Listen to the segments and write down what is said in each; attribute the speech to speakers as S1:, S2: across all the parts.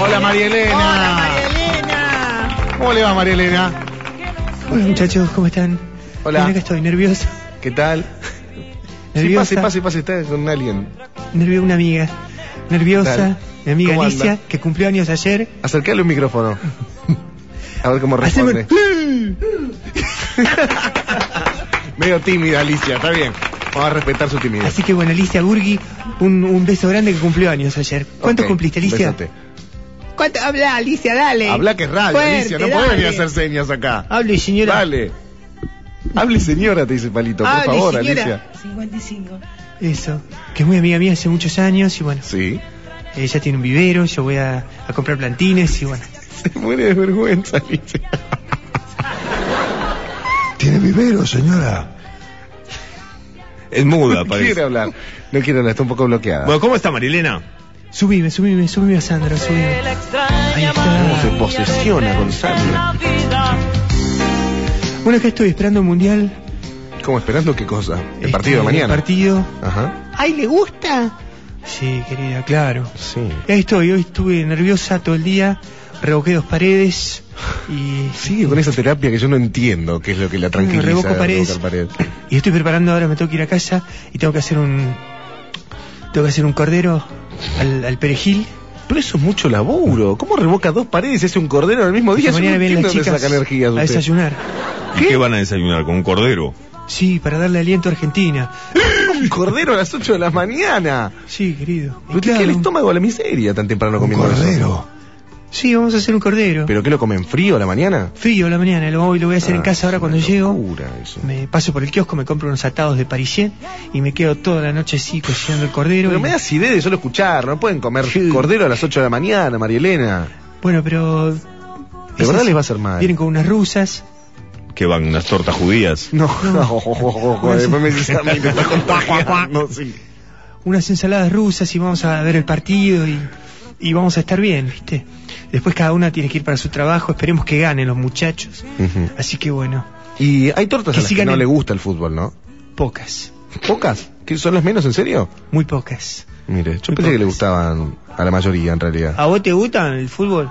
S1: Hola María
S2: Hola,
S1: Elena.
S2: María Elena.
S1: ¿Cómo le va María Elena?
S3: Hola muchachos, ¿cómo están?
S1: Hola.
S3: Mira que estoy nerviosa.
S1: ¿Qué tal? Sí,
S3: Nerviosa.
S1: pase, pase, pase, está con alguien.
S3: Nervio- una amiga. Nerviosa.
S1: Dale.
S3: Mi amiga
S1: ¿Cómo anda?
S3: Alicia, que cumplió años ayer.
S1: Acercale un micrófono. A ver cómo
S3: Haceme
S1: responde. Medio tímida Alicia, está bien. Vamos a respetar su timidez.
S3: Así que bueno, Alicia Burgi, un, un beso grande que cumplió años ayer. ¿Cuántos
S1: Ok,
S3: cumpliste, Alicia?
S1: besote.
S2: ¿Cuánto? Habla, Alicia, dale.
S1: Habla que es radio,
S2: Fuerte,
S1: Alicia. No
S2: dale.
S1: podés venir a hacer señas acá.
S3: Hable, señora.
S1: Dale. Hable señora, te dice Palito, por
S2: Hable,
S1: favor,
S2: señora.
S1: Alicia.
S4: 55.
S3: Eso. Que es muy amiga mía hace muchos años y bueno,
S1: Sí.
S3: ella tiene un vivero, yo voy a, a comprar plantines y bueno.
S1: Se muere de vergüenza, Alicia.
S5: Tiene vivero, señora.
S6: Es muda,
S1: No quiere
S6: parece.
S1: hablar. No quiere hablar, está un poco bloqueada.
S6: Bueno, ¿cómo está Marilena?
S3: Subime, subime, subime a Sandra, subime. Ahí
S1: ¿Cómo se
S3: está.
S1: posesiona con Sandra?
S3: Bueno, acá estoy esperando el mundial.
S1: ¿Cómo esperando qué cosa? El
S3: Este,
S1: partido de mañana.
S3: El partido.
S1: Ajá.
S2: Ay, ¿le gusta?
S3: Sí, querida, claro.
S1: Sí.
S3: Ahí estoy, hoy estuve nerviosa todo el día, revoqué dos paredes y...
S1: Sigue con esa terapia que yo no entiendo qué es lo que la tranquiliza.
S3: Bueno, revoco
S1: de
S3: paredes.
S1: revocar pared.
S3: Y estoy preparando ahora, me tengo que ir a casa y tengo que hacer un... Tengo que hacer un cordero al, al perejil.
S1: Pero eso es mucho laburo. ¿Cómo revoca dos paredes y hace un cordero en el mismo día?
S3: Porque
S1: Yo no
S3: mañana vienen
S1: entiendo
S3: las
S1: dónde
S3: chicas
S1: saca energía
S3: a
S1: usted.
S3: desayunar.
S6: ¿Y ¿Qué? van a desayunar? ¿Con un cordero?
S3: Sí, para darle aliento a Argentina.
S1: Un cordero a las 8 de la mañana.
S3: Sí, querido. Y
S1: ¿Pero qué- qué el
S3: claro,
S1: estómago a la miseria tan temprano
S5: Un
S1: comiendo eso?
S5: cordero.
S3: Sí, vamos a hacer un cordero.
S1: ¿Pero qué lo comen frío a la mañana?
S3: Frío a la mañana, lo, hoy lo voy a hacer en
S1: Ah,
S3: casa ahora
S1: es
S3: cuando
S1: una
S3: llego.
S1: locura eso.
S3: Me paso por el kiosco, me compro unos atados de parisien y me quedo toda la noche así cocinando el cordero.
S1: Pero
S3: y-
S1: me das idea de solo escuchar, no pueden comer
S3: Sí.
S1: cordero a las 8 de la mañana, María Elena.
S3: Bueno, pero...
S1: De
S3: esas
S1: verdad les va a hacer mal.
S3: Vienen con unas rusas.
S6: ¿Qué van? ¿Unas tortas judías?
S1: No, no, después me dices a mí, me está contagiando, sí.
S3: unas ensaladas rusas y vamos a ver el partido y, y vamos a estar bien, ¿viste? Después cada una tiene que ir para su trabajo, esperemos que ganen los muchachos.
S1: Ujú.
S3: Así que bueno,
S1: Y hay tortas
S3: Que
S1: a las que
S3: sigan
S1: no
S3: en-
S1: le gusta el fútbol, ¿no?
S3: pocas,
S1: ¿Pocas? ¿Que ¿Son las menos, en serio?
S3: muy pocas.
S1: Mire, yo
S3: Muy
S1: pensé que le
S3: pocas.
S1: gustaban a la mayoría, en realidad.
S3: ¿A vos te gusta el fútbol?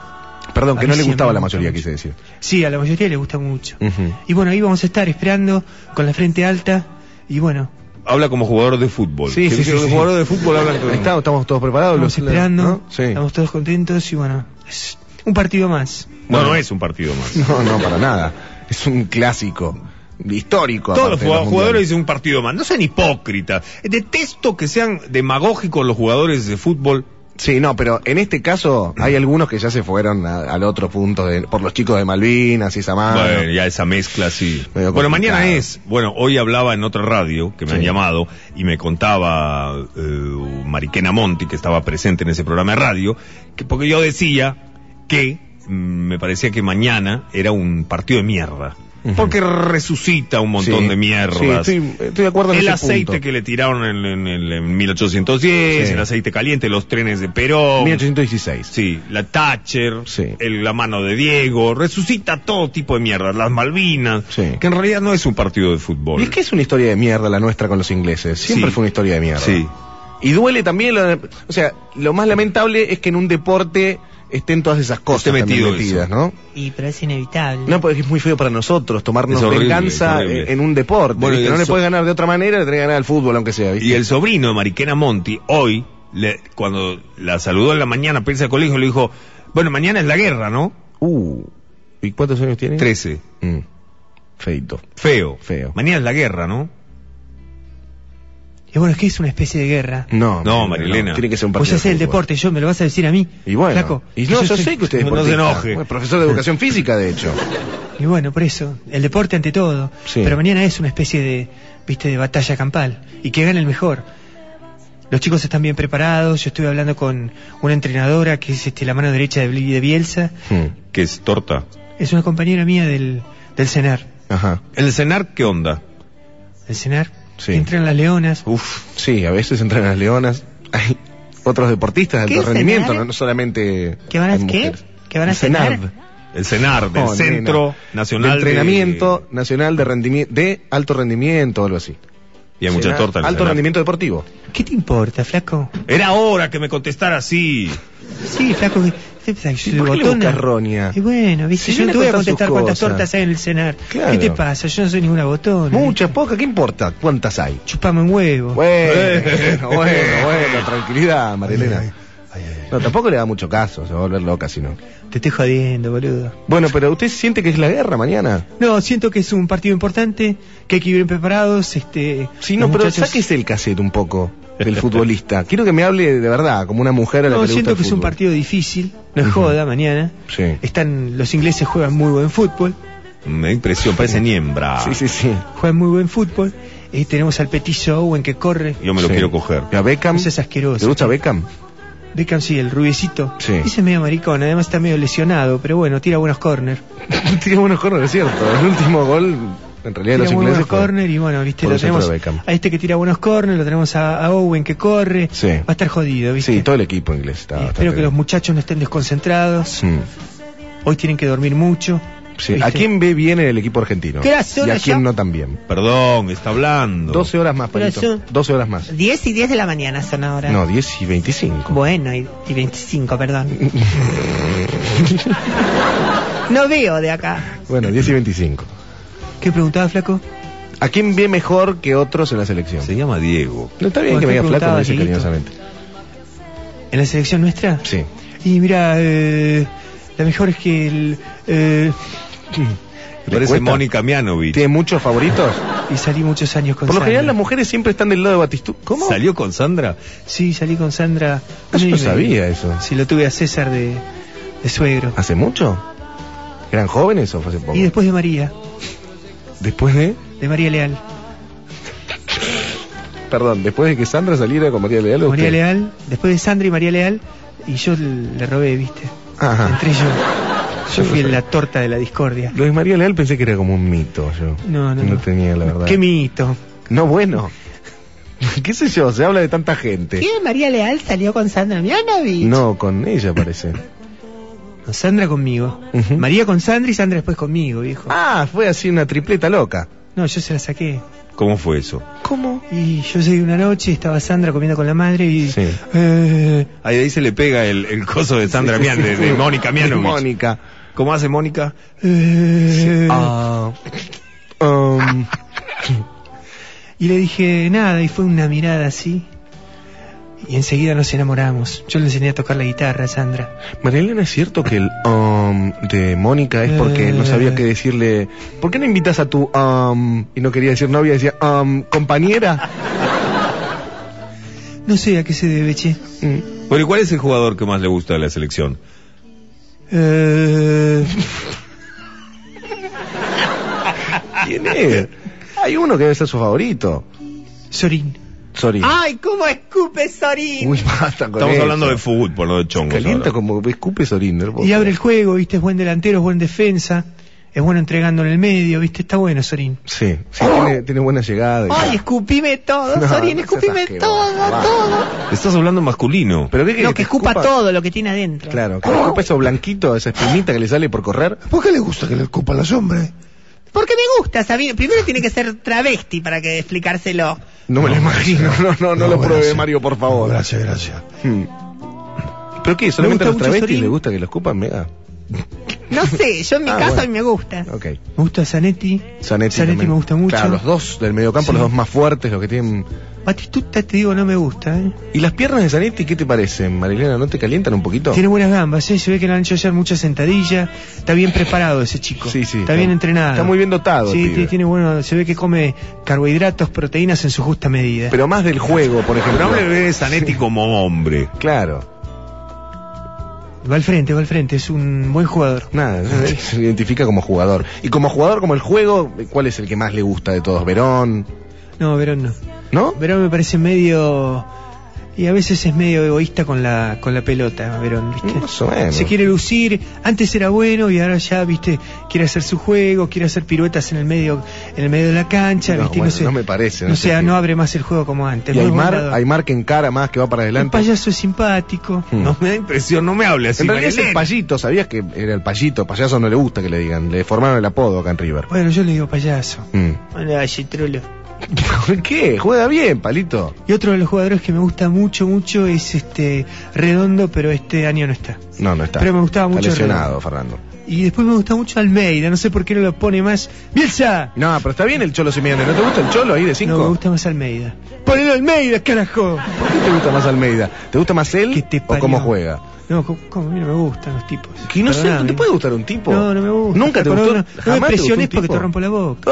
S1: Perdón, que
S3: a
S1: no
S3: mí
S1: le
S3: sí,
S1: gustaba
S3: me
S1: a la
S3: gusta
S1: mayoría,
S3: mucho.
S1: quise decir.
S3: Sí, a la mayoría le gusta mucho.
S1: Ujú.
S3: Y bueno, ahí vamos a estar esperando con la frente alta y bueno,
S6: Habla como jugador de fútbol.
S1: Sí, sí, sí,
S6: Los
S1: sí.
S6: jugadores de fútbol hablan con...
S1: Estamos, estamos todos preparados,
S3: estamos
S1: los-
S3: esperando,
S1: ¿no? Sí.
S3: estamos todos contentos y bueno, es un partido más.
S6: No, no es un partido más.
S1: No, no, para nada. Es un clásico histórico.
S6: Todos los
S1: aparte de
S6: jugadores
S1: mundiales.
S6: dicen un partido más. No sean hipócritas. Detesto que sean demagógicos los jugadores de fútbol.
S1: Sí, no, pero en este caso hay algunos que ya se fueron a- al otro punto de- por los chicos de Malvinas y esa mano.
S6: Bueno, ya esa mezcla, sí.
S1: Ah. Medio
S6: Bueno,
S1: complicado.
S6: mañana es. Bueno, hoy hablaba en otra radio que me han
S1: Sí.
S6: llamado y me contaba eh, Mariquena Monti, que estaba presente en ese programa de radio, que porque yo decía que mm, me parecía que mañana era un partido de mierda.
S1: Ujú.
S6: Porque resucita un montón
S1: Sí.
S6: de mierdas.
S1: Sí, estoy, estoy de acuerdo en
S6: El
S1: ese
S6: aceite
S1: punto.
S6: que le tiraron en, en- en- en 1810,
S1: Sí.
S6: el aceite caliente, los trenes de Perón.
S1: 1816.
S6: Sí, la Thatcher,
S1: Sí.
S6: el- la mano de Diego, resucita todo tipo de mierda, las Malvinas,
S1: Sí.
S6: que en realidad no es un partido de fútbol.
S1: Y es que es una historia de mierda la nuestra con los ingleses. Siempre
S6: Sí.
S1: fue una historia de mierda.
S6: Sí.
S1: Y duele también, lo- o sea, lo más lamentable es que en un deporte estén todas esas cosas
S6: Esté
S1: también
S6: metido
S1: metidas,
S6: eso.
S1: ¿no?
S3: Y pero es inevitable.
S1: No, porque es muy feo para nosotros tomarnos
S6: Es horrible,
S1: venganza
S6: horrible.
S1: eh, en un deporte.
S6: Bueno,
S1: ¿viste?
S6: y
S1: no
S6: el
S1: le
S6: so-
S1: puedes ganar de otra manera, le tenés que ganar al fútbol, aunque sea, ¿viste?
S6: Y el sobrino de Mariquena Monti, hoy, le- cuando la saludó en la mañana para irse al colegio, le dijo, bueno, mañana es la guerra, ¿no?
S1: Uh, ¿y cuántos años tiene?
S6: Trece.
S1: Mm. Feito.
S6: Feo.
S1: Feo.
S6: Mañana es la guerra, ¿no?
S3: Y bueno, es que es una especie de guerra.
S1: No,
S6: No, Marilena.
S1: Tiene que ser un
S3: Vos
S1: partido. de
S3: haces Pues el
S1: fútbol.
S3: deporte, yo me lo vas a decir a mí.
S1: Y bueno.
S3: flaco.
S1: y
S3: que
S1: no, yo,
S3: soy-
S1: sé que usted es
S6: no- no se
S1: deportista.
S6: enoje.
S1: Bueno, profesor de educación física, de hecho.
S3: Y bueno, por eso, el deporte ante todo.
S1: Sí.
S3: Pero mañana es una especie de, viste, de batalla campal. Y que gane el mejor. Los chicos están bien preparados. Yo estuve hablando con una entrenadora que es este, la mano derecha de, Bli- de Bielsa.
S6: Que es torta.
S3: Es una compañera mía del, del CENAR.
S1: Ajá.
S6: ¿El cenar qué onda?
S3: ¿El CENAR?
S1: Sí.
S3: Entran las leonas.
S1: Uf. Sí, a veces entrenan las leonas. Hay otros deportistas de
S3: ¿Qué
S1: alto
S3: es
S1: rendimiento,
S3: cenar?
S1: no, no solamente.
S3: ¿Qué van a-
S1: hay
S3: qué?
S1: mujeres.
S3: ¿Qué van a
S1: Cenar.
S3: cenar?
S6: El cenar del
S1: No, Oh, nena.
S6: Centro Nacional
S1: de Entrenamiento Nacional de rendimi- de Alto Rendimiento, algo así.
S6: Y hay mucha
S1: Cenar-
S6: torta. en el
S1: Alto
S6: cenar.
S1: Rendimiento Deportivo.
S3: ¿Qué te importa, flaco?
S6: Era hora que me contestara así.
S3: Sí, flaco. ¿Qué pasa que yo
S1: ¿Y
S3: soy
S1: por qué le
S3: botona?
S1: buscas roña?
S3: Y bueno, viste,
S1: Si
S3: yo
S1: viene
S3: no te voy a
S1: con sus
S3: contestar cuántas
S1: cosas.
S3: tortas hay en el cenar.
S1: Claro.
S3: ¿Qué te pasa? Yo no soy ninguna botona.
S1: Muchas, pocas, ¿qué importa cuántas hay?
S3: Chupame un huevo.
S1: Bueno, bueno, bueno, tranquilidad, Marilena.
S5: Ay, ay,
S1: No, tampoco le da mucho caso, se va a volver loca si no.
S3: Te estoy jodiendo, boludo.
S1: Bueno, pero ¿usted siente que es la guerra mañana?
S3: No, siento que es un partido importante, que hay que ir bien preparados, este...
S1: Sí, no,
S3: los
S1: pero
S3: muchachos-
S1: sáquese el cassette un poco del futbolista. Quiero que me hable de verdad, como una mujer a la
S3: No,
S1: que le gusta
S3: siento
S1: el
S3: que es un
S1: fútbol.
S3: partido difícil, no es
S1: Ujú.
S3: joda, mañana.
S1: Sí.
S3: Están, los ingleses juegan muy buen fútbol,
S6: Me impresión, parece niembra.
S1: Sí, sí, sí.
S3: juegan muy buen fútbol. Y tenemos al Petit Owen que corre.
S6: Yo me lo
S1: Sí.
S6: quiero coger.
S1: ¿Y a Beckham?
S3: No seas asqueroso.
S1: ¿Te gusta Beckham?
S3: Beckham sí, el rubiecito.
S1: Sí.
S3: Ese es medio maricón, además está medio lesionado, pero bueno, tira buenos corners.
S1: Tiene buenos corners, es cierto. El último gol, en realidad, de
S3: Tira
S1: los
S3: muy
S1: ingleses.
S3: buenos
S1: fue-
S3: corners y bueno, viste,
S1: por
S3: lo
S1: un centro
S3: tenemos
S1: de Beckham.
S3: a este que tira buenos corners, lo tenemos a, a Owen que corre.
S1: Sí.
S3: Va a estar jodido, viste.
S1: Sí, todo el equipo inglés está
S3: Eh,
S1: bastante
S3: espero que los muchachos no estén desconcentrados.
S1: bien.
S3: Hoy tienen que dormir mucho.
S1: Mm, sí.
S3: ¿viste?
S1: ¿A quién ve bien el equipo argentino?
S3: Gracias,
S1: y a
S3: ya.
S1: quién no también.
S6: Perdón, está hablando.
S1: 12 horas más, Palito.
S3: Gracias.
S1: 12 horas más.
S2: 10 y 10 de la mañana son ahora.
S1: No, 10 y 25.
S2: Bueno, y, y 25, perdón. No veo de acá.
S1: Bueno, 10 y 25.
S3: ¿Qué preguntaba, Flaco?
S1: ¿A quién ve mejor que otros en la selección?
S6: Se llama Diego.
S1: No está bien que
S3: Bueno,
S1: me
S3: te
S1: diga flaco, me
S3: preguntaba,
S1: dice
S3: Dieguito.
S1: cariñosamente.
S3: ¿En la selección nuestra?
S1: Sí.
S3: Y mira, eh, la mejor es que el... eh,
S1: ¿Le
S6: Parece
S1: cuesta?
S6: Mónica Mianovich.
S1: ¿Tiene muchos favoritos?
S3: y salí muchos años con
S1: Por lo general
S3: Sandra.
S1: las mujeres siempre están del lado de Batistú. ¿Cómo?
S6: ¿Salió con Sandra?
S3: Sí, salí con Sandra.
S1: Ah, yo
S3: un
S1: no
S3: año y
S1: sabía
S3: medio.
S1: eso. Ah,
S3: Sí, lo tuve a César de, de suegro.
S1: ¿Hace mucho? ¿Eran jóvenes o fue hace poco?
S3: Y después de María,
S1: Después de...
S3: de María Leal.
S1: Perdón, después de que Sandra saliera con María Leal. ¿o
S3: María
S1: usted?
S3: Leal, después de Sandra y María Leal, y yo le robé, viste.
S1: Ajá.
S3: Entre yo. Yo
S1: no
S3: fui
S1: Ah. sabía.
S3: la torta de la discordia.
S1: Lo de María Leal pensé que era como un mito yo.
S3: No, no,
S1: No
S3: no.
S1: tenía, la verdad.
S3: Qué mito.
S1: No, bueno. ¿Qué sé yo? Se habla de tanta gente.
S2: ¿Qué? María Leal salió con Sandra Mianovich.
S1: No, con ella parece.
S3: No, Sandra conmigo.
S1: Ujú.
S3: María con Sandra y Sandra después conmigo, viejo.
S1: Ah, fue así una tripleta loca.
S3: No, yo se la saqué.
S6: ¿Cómo fue eso?
S1: ¿Cómo?
S3: Y yo llegué una noche, estaba Sandra comiendo con la madre y...
S1: Sí.
S3: eh,
S6: Ahí, ahí se le pega el, el coso de Sandra Mian, de, de Mónica Mianovich.
S1: Mónica.
S6: ¿Cómo hace Mónica?
S3: eh,
S1: Ah. Um,
S3: Y le dije nada y fue una mirada así. Y enseguida nos enamoramos. Yo le enseñé a tocar la guitarra a Sandra.
S1: María Elena, ¿es cierto que el um, de Mónica es porque no sabía qué decirle? ¿Por qué no invitas a tu um, y no quería decir novia, decía um, compañera?
S3: No sé a qué se debe, che.
S1: Mm.
S6: Bueno, ¿y cuál es el jugador que más le gusta de la selección?
S3: Eh,
S1: ¿Quién es? Hay uno que debe ser su favorito.
S3: Sorín.
S1: Sorry.
S3: Ah.
S2: Ay, cómo escupe Sorín.
S1: Uy, basta con
S6: Estamos
S1: eso.
S6: hablando de fútbol, no de chongos.
S1: Calienta
S6: ahora.
S1: como escupe Sorín. ¿no?
S3: Y abre el juego, viste, es buen delantero, es buen defensa. Es bueno entregando en el medio, viste, está bueno Sorín.
S1: Sí, sí, tiene, tiene buena llegada. y-
S2: Ay, escupime todo,
S1: No,
S2: Sorín,
S1: no seas
S2: escupime
S1: asqueroso,
S2: todo,
S1: va.
S2: todo.
S6: Estás hablando masculino.
S1: ¿Pero qué
S2: No, que escupa, todo lo que tiene adentro.
S1: Claro, que escupa eso blanquito, esa espinita que le sale por correr.
S5: ¿Por qué le gusta que le escupan los hombres?
S2: Porque me gusta, Sabino. Primero tiene que ser travesti para que explicárselo.
S1: No me lo imagino, no, no, no, lo pruebe,
S5: gracias.
S1: Mario, por
S5: No,
S1: favor.
S5: gracias, gracias.
S1: Hmm. ¿Pero qué? ¿Solamente a
S3: Me
S1: los
S3: gusta mucho
S1: travestis
S3: Sorín.
S1: le gusta que lo escupan? Mega.
S2: No sé, yo en mi
S1: Ah,
S2: caso
S1: bueno.
S2: a mí me gusta.
S1: Ok.
S3: Me gusta Zanetti.
S1: Zanetti, también.
S3: me gusta mucho.
S1: Claro, los dos del mediocampo,
S3: Sí.
S1: los dos más fuertes, los que tienen.
S3: Batistuta, te digo, no me gusta, ¿eh?
S1: ¿Y las piernas de Zanetti qué te parecen, Marilena? ¿No te calientan un poquito?
S3: Tiene buenas gambas, ¿eh? se ve que le han hecho ayer muchas sentadillas. Está bien preparado ese chico.
S1: Sí, sí,
S3: Está
S1: está-
S3: bien entrenado.
S1: está muy bien dotado, el
S3: Sí,
S1: pibe.
S3: ti- tiene bueno. Se ve que come carbohidratos, proteínas en su justa medida.
S1: Pero más del juego, por
S6: Pero
S1: ejemplo.
S6: no me ve Zanetti como hombre.
S1: Claro.
S3: Va al frente, va al frente. Es un buen jugador.
S1: Nada, se identifica como jugador. Y como jugador, como el juego, ¿cuál es el que más le gusta de todos? Verón,
S3: No, Verón no.
S1: ¿no?
S3: Verón me parece medio. Y a veces es medio egoísta con la, con la pelota, Verón, ¿viste?
S1: Más o menos.
S3: Se quiere lucir, antes era bueno y ahora ya, viste, quiere hacer su juego, quiere hacer piruetas en el medio, en el medio de la cancha,
S1: No,
S3: viste, y
S1: bueno,
S3: no, sé,
S1: no me parece, no
S3: No,
S1: sé
S3: sea,
S1: qué.
S3: no abre más el juego como antes.
S1: Y
S3: Muy buen
S1: Aymar,
S3: jugador.
S1: Aymar que encara más, que va para
S3: El
S1: adelante.
S3: payaso es simpático.
S1: Hmm.
S6: No me da impresión, no me hable así.
S1: en realidad es el
S6: Marilena.
S1: payito, ¿sabías que era el payito? Payaso no le gusta que le digan, le formaron el apodo acá en River.
S3: Bueno, yo le digo payaso.
S1: Mm.
S3: Hola, Getrolo.
S1: ¿Por qué? Juega bien, palito.
S3: Y otro de los jugadores que me gusta mucho, mucho es este Redondo, pero este año no está.
S1: No, no está.
S3: Pero me gustaba
S1: Está
S3: mucho
S1: lesionado, Fernando.
S3: Y después me gusta mucho Almeida, no sé por qué no lo pone más. ¡Bielsa!
S1: No, pero está bien el Cholo Simeone. ¿No te gusta el Cholo ahí de 5?
S3: No, me gusta más Almeida. ¡Ponelo Almeida, carajo!
S1: ¿Por qué te gusta más Almeida? ¿Te gusta más
S3: ¿Qué
S1: él
S3: te
S1: ¿Eh? o
S3: parió?
S1: cómo juega?
S3: No, co- como a mí no me gustan los tipos.
S1: Que no sé, ¿no
S3: Perdóname.
S1: te puede gustar un tipo?
S3: No, no me gusta.
S1: Nunca te
S3: Pero
S1: gustó.
S3: no- no me
S1: jamás te gustó un
S3: presiones porque
S1: tipo?
S3: te rompo la boca.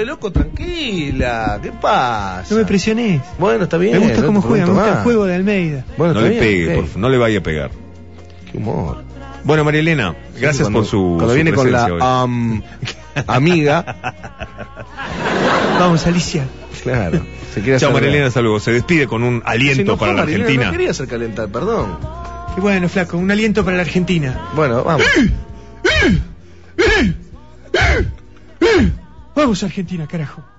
S1: ¡Eh, loco, tranquila! ¿Qué pasa?
S3: No me presiones.
S1: Bueno, está bien.
S3: Me gusta
S1: no te
S3: cómo juega,
S1: pregunto
S3: me gusta el
S1: más.
S3: juego de Almeida.
S1: Bueno,
S6: no
S1: está
S6: le
S1: bien,
S6: pegue,
S1: ok.
S6: por favor, no le vaya a pegar.
S1: Qué humor.
S6: Bueno, María Elena, gracias
S1: Sí, cuando-
S6: por su.
S1: Cuando
S6: su
S1: viene con la
S6: presencia hoy.
S1: am, amiga.
S3: Vamos, Alicia.
S1: Claro. Se quiere
S6: Chao,
S1: hacer-
S6: Marilena, hasta luego. Se despide con un
S1: Se
S6: aliento
S1: enojó,
S6: para la
S1: Marilena,
S6: Argentina.
S1: Ah, No quería hacer calentar, perdón.
S3: Y bueno, flaco, un aliento para la Argentina.
S1: Bueno, vamos.
S3: Vamos Argentina, carajo.